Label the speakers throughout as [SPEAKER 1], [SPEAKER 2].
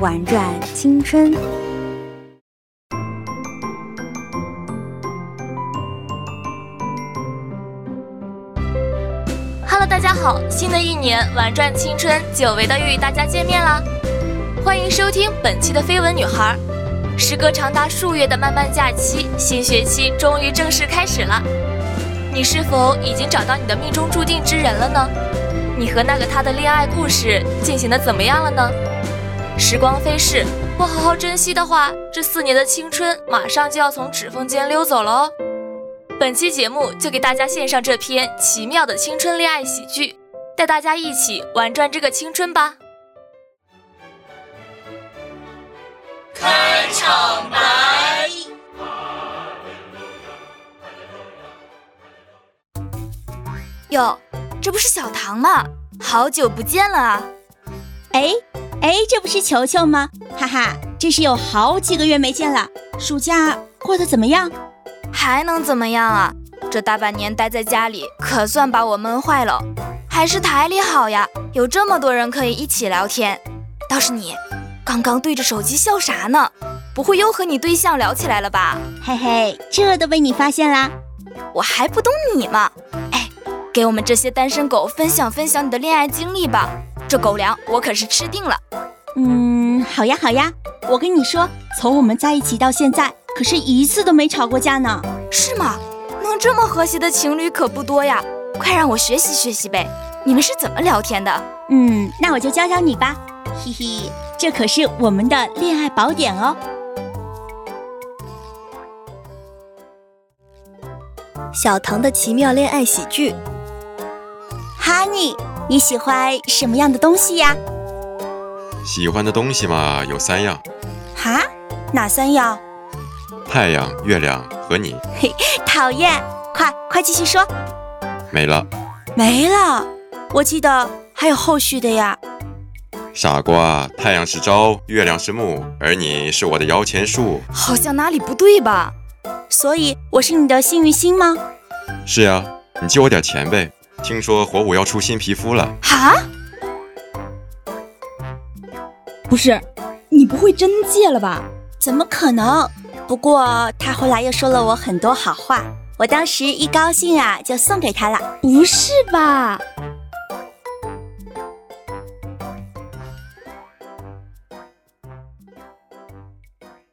[SPEAKER 1] 玩转青春。
[SPEAKER 2] 大家好，新的一年玩转青春，久违的又与大家见面啦！欢迎收听本期的绯闻女孩。时隔长达数月的漫漫假期，新学期终于正式开始了。你是否已经找到你的命中注定之人了呢？你和那个他的恋爱故事进行的怎么样了呢？时光飞逝，不好好珍惜的话，这四年的青春马上就要从指缝间溜走了哦。本期节目就给大家献上这篇奇妙的青春恋爱喜剧，带大家一起玩转这个青春吧！
[SPEAKER 3] 开场白。
[SPEAKER 4] 哟，这不是小唐吗？好久不见了啊！
[SPEAKER 5] 哎哎，这不是球球吗？哈哈，真是有好几个月没见了。暑假过得怎么样？
[SPEAKER 4] 还能怎么样啊？这大半年待在家里，可算把我闷坏了。还是台里好呀，有这么多人可以一起聊天。倒是你，刚刚对着手机笑啥呢？不会又和你对象聊起来了吧？
[SPEAKER 5] 嘿嘿，哎这都被你发现啦！
[SPEAKER 4] 我还不懂你吗？哎，给我们这些单身狗分享分享你的恋爱经历吧，这狗粮我可是吃定了。
[SPEAKER 5] 嗯，好呀好呀，我跟你说，从我们在一起到现在。可是，一次都没吵过架呢，
[SPEAKER 4] 是吗？能这么和谐的情侣可不多呀！快让我学习学习呗，你们是怎么聊天的？
[SPEAKER 5] 嗯，那我就教教你吧，嘿嘿，这可是我们的恋爱宝典哦。
[SPEAKER 6] 小唐的奇妙恋爱喜剧，
[SPEAKER 5] 哈尼，你喜欢什么样的东西呀？
[SPEAKER 7] 喜欢的东西嘛，有三样。
[SPEAKER 5] 哈？哪三样？
[SPEAKER 7] 太阳、月亮和你，
[SPEAKER 5] 嘿，哎讨厌！快快继续说。
[SPEAKER 7] 没了，
[SPEAKER 5] 没了。我记得还有后续的呀。
[SPEAKER 7] 傻瓜，太阳是朝，月亮是暮，而你是我的摇钱树。
[SPEAKER 4] 好像哪里不对吧？
[SPEAKER 5] 所以我是你的幸运星吗？
[SPEAKER 7] 是呀、啊，你借我点钱呗。听说火舞要出新皮肤了。
[SPEAKER 4] 哈？
[SPEAKER 8] 不是，你不会真借了吧？
[SPEAKER 5] 怎么可能？不过他后来又说了我很多好话，我当时一高兴啊，就送给他了。
[SPEAKER 8] 不是吧？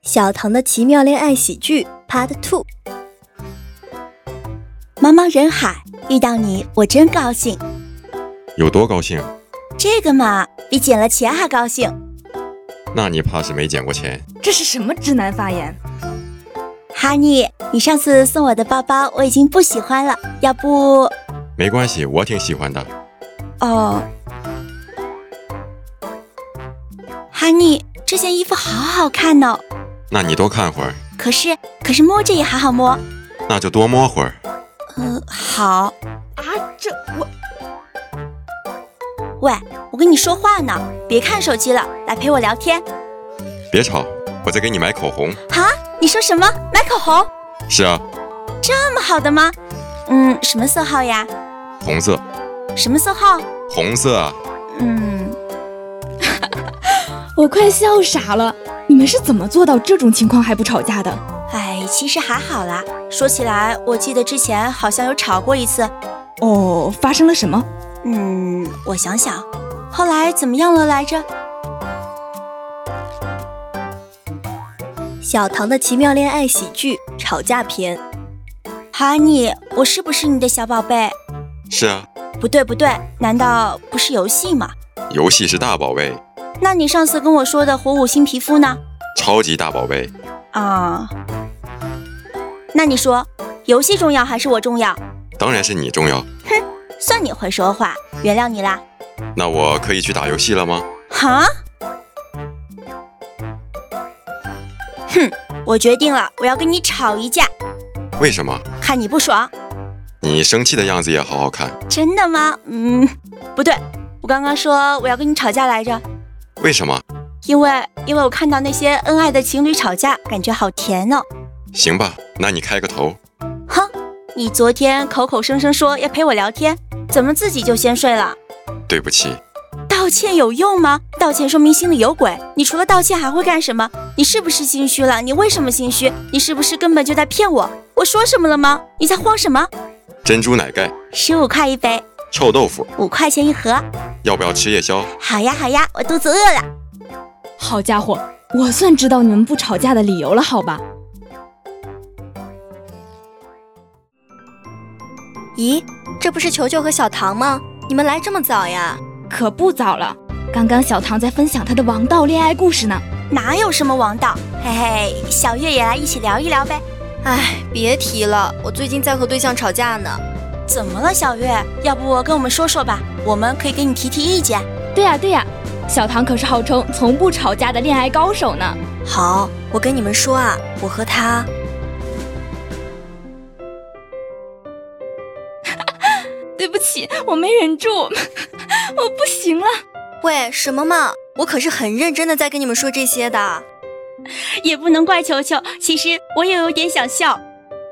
[SPEAKER 6] 小唐的奇妙恋爱喜剧 Part Two。
[SPEAKER 5] 茫茫人海遇到你，我真高兴。
[SPEAKER 7] 有多高兴？
[SPEAKER 5] 这个嘛，比捡了钱还高兴。
[SPEAKER 7] 那你怕是没捡过钱？
[SPEAKER 4] 这是什么直男发言？
[SPEAKER 5] 哈尼，你上次送我的包包我已经不喜欢了，要不……
[SPEAKER 7] 没关系，我挺喜欢的。
[SPEAKER 5] 哦，哈尼，这件衣服好好看哦。
[SPEAKER 7] 那你多看会儿。
[SPEAKER 5] 可是，可是摸着也好好摸。
[SPEAKER 7] 那就多摸会儿。
[SPEAKER 5] 嗯、呃，好。
[SPEAKER 8] 啊，这我……
[SPEAKER 5] 喂，我跟你说话呢，别看手机了，来陪我聊天。
[SPEAKER 7] 别吵，我在给你买口红。
[SPEAKER 5] 啊？你说什么？买口红？
[SPEAKER 7] 是啊。
[SPEAKER 5] 这么好的吗？嗯，什么色号呀？
[SPEAKER 7] 红色。
[SPEAKER 5] 什么色号？
[SPEAKER 7] 红色。啊
[SPEAKER 5] 嗯，
[SPEAKER 9] 我快笑傻了。你们是怎么做到这种情况还不吵架的？
[SPEAKER 5] 哎，其实还好啦。说起来，我记得之前好像有吵过一次。
[SPEAKER 9] 哦，发生了什么？
[SPEAKER 5] 嗯，我想想，后来怎么样了来着？
[SPEAKER 10] 小唐的奇妙恋爱喜剧吵架篇。
[SPEAKER 5] 哈尼，我是不是你的小宝贝？
[SPEAKER 7] 是啊。
[SPEAKER 5] 不对不对，难道不是游戏吗？
[SPEAKER 7] 游戏是大宝贝。
[SPEAKER 5] 那你上次跟我说的火舞新皮肤呢？
[SPEAKER 7] 超级大宝贝。
[SPEAKER 5] 啊。那你说，游戏重要还是我重要？
[SPEAKER 7] 当然是你重要。
[SPEAKER 5] 哼，算你会说话，原谅你啦。
[SPEAKER 7] 那我可以去打游戏了吗？
[SPEAKER 5] 哈。哼，我决定了，我要跟你吵一架。
[SPEAKER 7] 为什么？
[SPEAKER 5] 看你不爽。
[SPEAKER 7] 你生气的样子也好好看。
[SPEAKER 5] 真的吗？嗯，不对，我刚刚说我要跟你吵架来着。
[SPEAKER 7] 为什么？
[SPEAKER 5] 因为因为我看到那些恩爱的情侣吵架，感觉好甜哦。
[SPEAKER 7] 行吧，那你开个头。
[SPEAKER 5] 哼，你昨天口口声声说要陪我聊天，怎么自己就先睡了？
[SPEAKER 7] 对不起。
[SPEAKER 5] 道歉有用吗？道歉说明心里有鬼。你除了道歉还会干什么？你是不是心虚了？你为什么心虚？你是不是根本就在骗我？我说什么了吗？你在慌什么？
[SPEAKER 7] 珍珠奶盖
[SPEAKER 5] 十五块一杯，
[SPEAKER 7] 臭豆腐
[SPEAKER 5] 五块钱一盒。
[SPEAKER 7] 要不要吃夜宵？
[SPEAKER 5] 好呀好呀，我肚子饿了。
[SPEAKER 9] 好家伙，我算知道你们不吵架的理由了，好吧？
[SPEAKER 10] 咦，这不是球球和小唐吗？你们来这么早呀？
[SPEAKER 9] 可不早了，刚刚小唐在分享他的王道恋爱故事呢。
[SPEAKER 5] 哪有什么王道？嘿嘿，小月也来一起聊一聊呗。
[SPEAKER 6] 唉，别提了，我最近在和对象吵架呢。
[SPEAKER 5] 怎么了，小月？要不跟我们说说吧，我们可以给你提提意见。
[SPEAKER 9] 对呀、啊、对呀、啊，小唐可是号称从不吵架的恋爱高手呢。
[SPEAKER 6] 好，我跟你们说啊，我和他，
[SPEAKER 9] 对不起，我没忍住， 我不行了。
[SPEAKER 6] 喂，什么嘛？我可是很认真的在跟你们说这些的。
[SPEAKER 5] 也不能怪球球，其实我也有点想笑。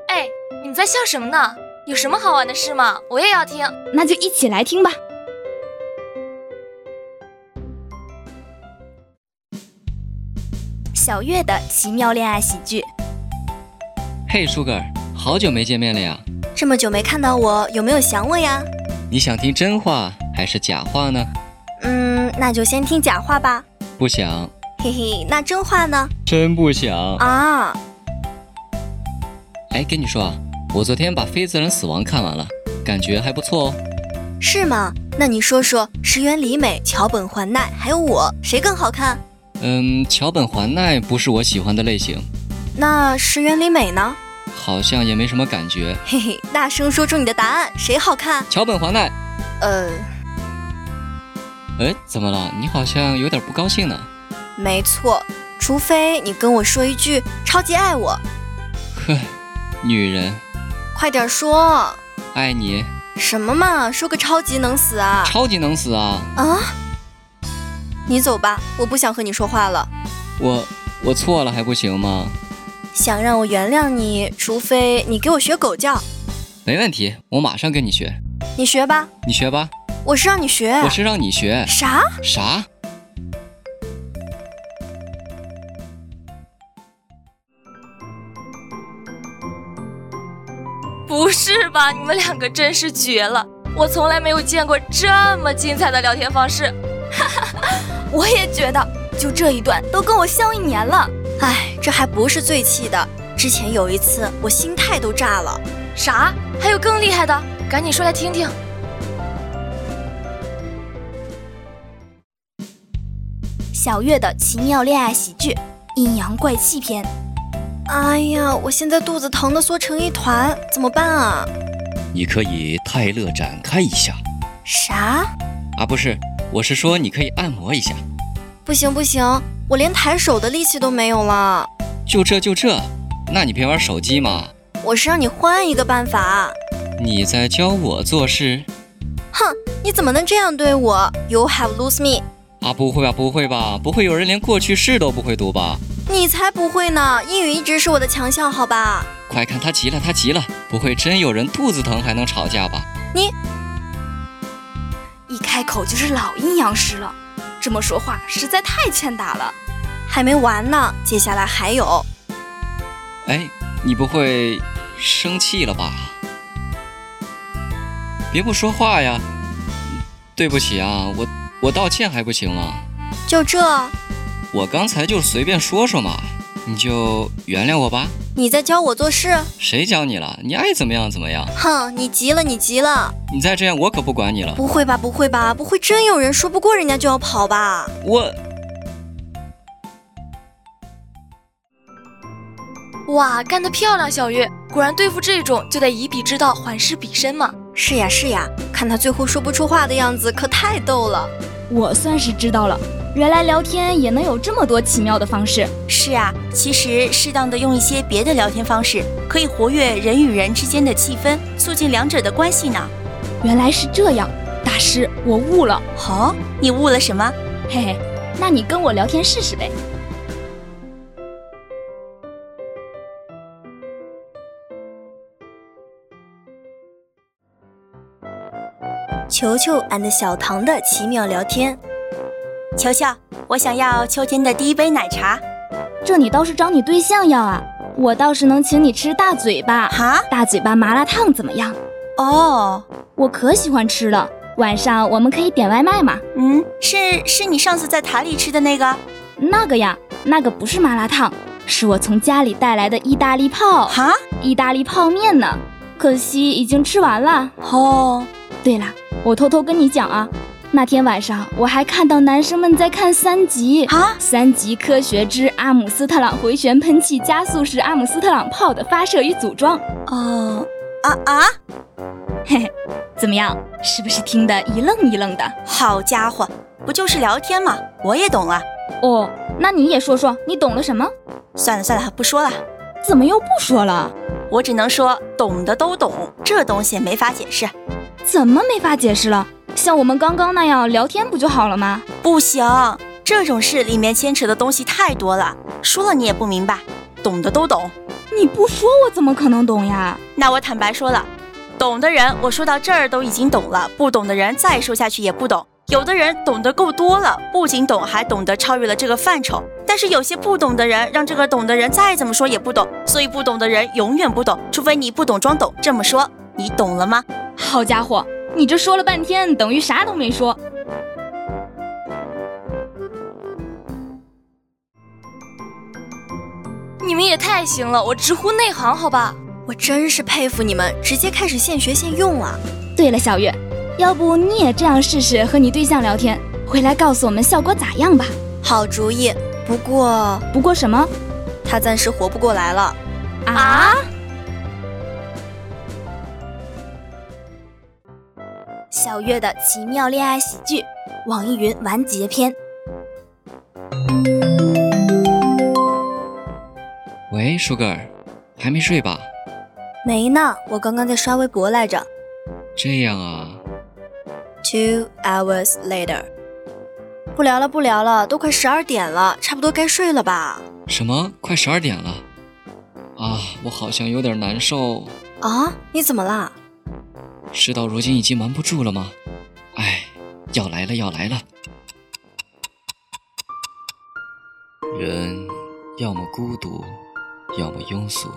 [SPEAKER 2] 哎，你们在笑什么呢？有什么好玩的事吗？我也要听。
[SPEAKER 9] 那就一起来听吧。
[SPEAKER 6] 小月的奇妙恋爱喜剧。
[SPEAKER 11] 嘿，舒格尔，好久没见面了呀！
[SPEAKER 6] 这么久没看到我，有没有想我呀？
[SPEAKER 11] 你想听真话还是假话呢？
[SPEAKER 6] 嗯，那就先听假话吧。
[SPEAKER 11] 不想。
[SPEAKER 6] 嘿嘿，那真话呢？
[SPEAKER 11] 真不想
[SPEAKER 6] 啊！
[SPEAKER 11] 哎，跟你说啊，我昨天把《非自然死亡》看完了，感觉还不错哦。
[SPEAKER 6] 是吗？那你说说，石原里美、桥本环奈还有我，谁更好看？
[SPEAKER 11] 嗯，桥本环奈不是我喜欢的类型。
[SPEAKER 6] 那石原里美呢？
[SPEAKER 11] 好像也没什么感觉。
[SPEAKER 6] 嘿嘿，大声说出你的答案，谁好看？
[SPEAKER 11] 桥本环奈。
[SPEAKER 6] 呃，
[SPEAKER 11] 哎，怎么了？你好像有点不高兴呢。
[SPEAKER 6] 没错，除非你跟我说一句“超级爱我”。
[SPEAKER 11] 呵，女人，
[SPEAKER 6] 快点说，
[SPEAKER 11] 爱你。
[SPEAKER 6] 什么嘛，说个超级能死啊！
[SPEAKER 11] 超级能死啊！
[SPEAKER 6] 啊！你走吧，我不想和你说话了。
[SPEAKER 11] 我我错了还不行吗？
[SPEAKER 6] 想让我原谅你，除非你给我学狗叫。
[SPEAKER 11] 没问题，我马上跟你学。
[SPEAKER 6] 你学吧。
[SPEAKER 11] 你学吧。
[SPEAKER 6] 我是让你学。
[SPEAKER 11] 我是让你学。
[SPEAKER 6] 啥？
[SPEAKER 11] 啥？
[SPEAKER 2] 不是吧？你们两个真是绝了！我从来没有见过这么精彩的聊天 方式。
[SPEAKER 6] 哈哈，我也觉得，就这一段都跟我笑一年了。哎，这还不是最气的，之前有一次我心态都炸了。
[SPEAKER 2] 啥？还有更厉害的？赶紧说来听听。
[SPEAKER 6] 小月的奇妙恋爱喜剧《阴阳怪气篇》。哎呀，我现在肚子疼得缩成一团，怎么办啊？
[SPEAKER 11] 你可以泰勒展开一下。
[SPEAKER 6] 啥？
[SPEAKER 11] 啊，不是，我是说你可以按摩一下。
[SPEAKER 6] 不行不行，我连抬手的力气都没有了。
[SPEAKER 11] 就这就这，那你别玩手机嘛。
[SPEAKER 6] 我是让你换一个办法。
[SPEAKER 11] 你在教我做事？
[SPEAKER 6] 啊，哼，你怎么能这样对我？You have lose me。
[SPEAKER 11] 啊，不会吧，不会吧，不会有人连过去式都不会读吧？
[SPEAKER 6] 你才不会呢，英语一直是我的强项，好吧？
[SPEAKER 11] 快看，他急了，他急了，不会真有人肚子疼还能吵架吧？
[SPEAKER 6] 你
[SPEAKER 12] 一开口就是老阴阳师了，这么说话实在太欠打了。
[SPEAKER 6] 还没完呢，接下来还有。
[SPEAKER 11] 哎，你不会生气了吧？别不说话呀！对不起啊，我我道歉还不行吗、啊？
[SPEAKER 6] 就这？
[SPEAKER 11] 我刚才就随便说说嘛，你就原谅我吧。
[SPEAKER 6] 你在教我做事？
[SPEAKER 11] 谁教你了？你爱怎么样怎么样。
[SPEAKER 6] 哼，你急了，你急了。
[SPEAKER 11] 你再这样，我可不管你了。
[SPEAKER 6] 不会吧，不会吧，不会真有人说不过人家就要跑吧？
[SPEAKER 11] 我。
[SPEAKER 13] 哇，干得漂亮，小月！果然对付这种就得以彼之道还施彼身嘛。
[SPEAKER 6] 是呀，是呀，看他最后说不出话的样子，可太逗了。
[SPEAKER 5] 我算是知道了。原来聊天也能有这么多奇妙的方式。
[SPEAKER 14] 是啊，其实适当的用一些别的聊天方式，可以活跃人与人之间的气氛，促进两者的关系呢。
[SPEAKER 5] 原来是这样，大师，我悟了。
[SPEAKER 14] 哦，你悟了什么？
[SPEAKER 5] 嘿嘿，那你跟我聊天试试呗。
[SPEAKER 6] 球球 and 小唐的奇妙聊天。
[SPEAKER 14] 球球，我想要秋天的第一杯奶茶。
[SPEAKER 5] 这你倒是找你对象要啊，我倒是能请你吃大嘴巴
[SPEAKER 14] 哈，
[SPEAKER 5] 大嘴巴麻辣烫怎么样？
[SPEAKER 14] 哦，
[SPEAKER 5] 我可喜欢吃了。晚上我们可以点外卖嘛？
[SPEAKER 14] 嗯，是是你上次在塔里吃的那个？
[SPEAKER 5] 那个呀，那个不是麻辣烫，是我从家里带来的意大利泡
[SPEAKER 14] 哈，
[SPEAKER 5] 意大利泡面呢。可惜已经吃完了。
[SPEAKER 14] 哦，
[SPEAKER 5] 对了，我偷偷跟你讲啊。那天晚上，我还看到男生们在看三级
[SPEAKER 14] 啊，
[SPEAKER 5] 《三级科学之阿姆斯特朗回旋喷气加速式阿姆斯特朗炮的发射与组装》
[SPEAKER 14] 哦，啊啊，
[SPEAKER 5] 嘿嘿， 怎么样？是不是听得一愣一愣的？
[SPEAKER 14] 好家伙，不就是聊天吗？我也懂啊了。
[SPEAKER 5] 哦，那你也说说，你懂了什么？
[SPEAKER 14] 算了算了，不说了。
[SPEAKER 5] 怎么又不说了？
[SPEAKER 14] 我只能说，懂的都懂，这东西没法解释。
[SPEAKER 5] 怎么没法解释了？像我们刚刚那样聊天不就好了吗？
[SPEAKER 14] 不行，这种事里面牵扯的东西太多了，说了你也不明白，懂的都懂。
[SPEAKER 5] 你不说我怎么可能懂呀？
[SPEAKER 14] 那我坦白说了，懂的人我说到这儿都已经懂了，不懂的人再说下去也不懂。有的人懂得够多了，不仅懂，还懂得超越了这个范畴。但是有些不懂的人，让这个懂的人再怎么说也不懂，所以不懂的人永远不懂，除非你不懂装懂。这么说，你懂了吗？
[SPEAKER 5] 好家伙！你这说了半天，等于啥都没说。
[SPEAKER 13] 你们也太行了，我直呼内行，好吧？
[SPEAKER 6] 我真是佩服你们，直接开始现学现用啊！
[SPEAKER 5] 对了，小月，要不你也这样试试和你对象聊天，回来告诉我们效果咋样吧？
[SPEAKER 6] 好主意，不过
[SPEAKER 5] 不过什么？
[SPEAKER 6] 他暂时活不过来了。
[SPEAKER 13] 啊？
[SPEAKER 12] 小月的奇妙恋爱喜剧，网易云完结篇。
[SPEAKER 11] 喂，舒格尔，还没睡吧？
[SPEAKER 6] 没呢，我刚刚在刷微博来着。
[SPEAKER 11] 这样啊。
[SPEAKER 6] Two hours later。不聊了，不聊了，都快十二点了，差不多该睡了吧？
[SPEAKER 11] 什么？快十二点了？啊，我好像有点难受。
[SPEAKER 6] 啊？你怎么啦？
[SPEAKER 11] 事到如今已经瞒不住了吗？哎，要来了要来了！人要么孤独，要么庸俗，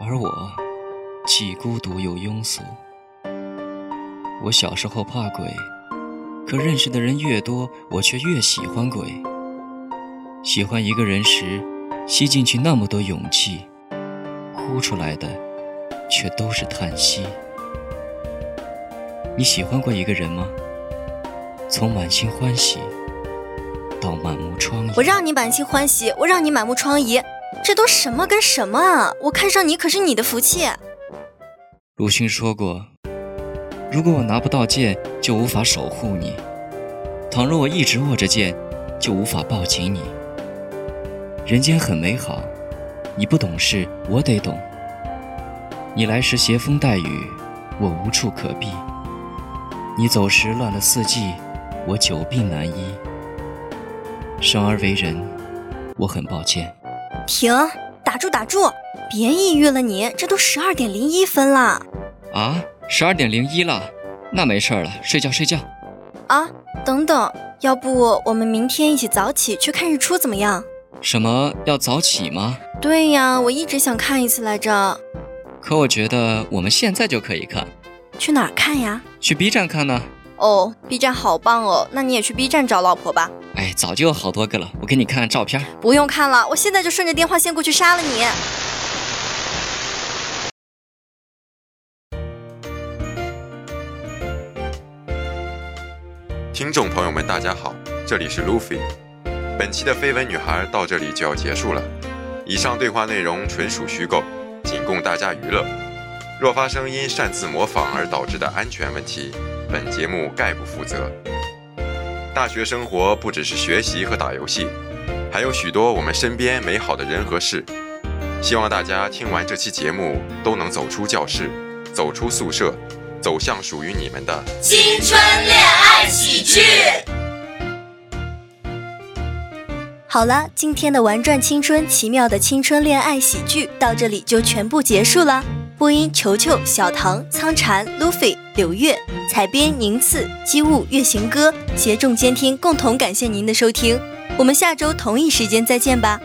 [SPEAKER 11] 而我既孤独又庸俗。我小时候怕鬼，可认识的人越多，我却越喜欢鬼。喜欢一个人时，吸进去那么多勇气，呼出来的却都是叹息。你喜欢过一个人吗？从满心欢喜到满目疮痍。
[SPEAKER 6] 我让你满心欢喜，我让你满目疮痍，这都什么跟什么啊！我看上你可是你的福气。
[SPEAKER 11] 鲁迅说过：“如果我拿不到剑，就无法守护你；倘若我一直握着剑，就无法抱紧你。”人间很美好，你不懂事，我得懂。你来时携风带雨，我无处可避。你走时乱了四季，我久病难医。生而为人，我很抱歉。
[SPEAKER 6] 停，打住打住，别抑郁了你，这都十二点零一分啦。
[SPEAKER 11] 啊，十二点零一了，那没事儿了，睡觉睡觉。
[SPEAKER 6] 啊，等等，要不我们明天一起早起去看日出怎么样？
[SPEAKER 11] 什么要早起吗？
[SPEAKER 6] 对呀，我一直想看一次来着。
[SPEAKER 11] 可我觉得我们现在就可以看。
[SPEAKER 6] 去哪儿看呀？
[SPEAKER 11] 去 B 站看呢。
[SPEAKER 6] 哦，B 站好棒哦，那你也去 B 站找老婆吧。
[SPEAKER 11] 哎，早就有好多个了，我给你看看照片。
[SPEAKER 6] 不用看了，我现在就顺着电话线过去杀了你。
[SPEAKER 7] 听众朋友们，大家好，这里是 Luffy。本期的绯闻女孩到这里就要结束了，以上对话内容纯属虚构，仅供大家娱乐。若发生因擅自模仿而导致的安全问题，本节目概不负责。大学生活不只是学习和打游戏，还有许多我们身边美好的人和事。希望大家听完这期节目，都能走出教室，走出宿舍，走向属于你们的
[SPEAKER 3] 青春恋爱喜剧。
[SPEAKER 6] 好了，今天的《玩转青春》奇妙的青春恋爱喜剧到这里就全部结束了。播音：球球、小唐、苍蝉、Luffy、柳月、采编：宁次、机务、月行歌，协众监听，共同感谢您的收听。我们下周同一时间再见吧。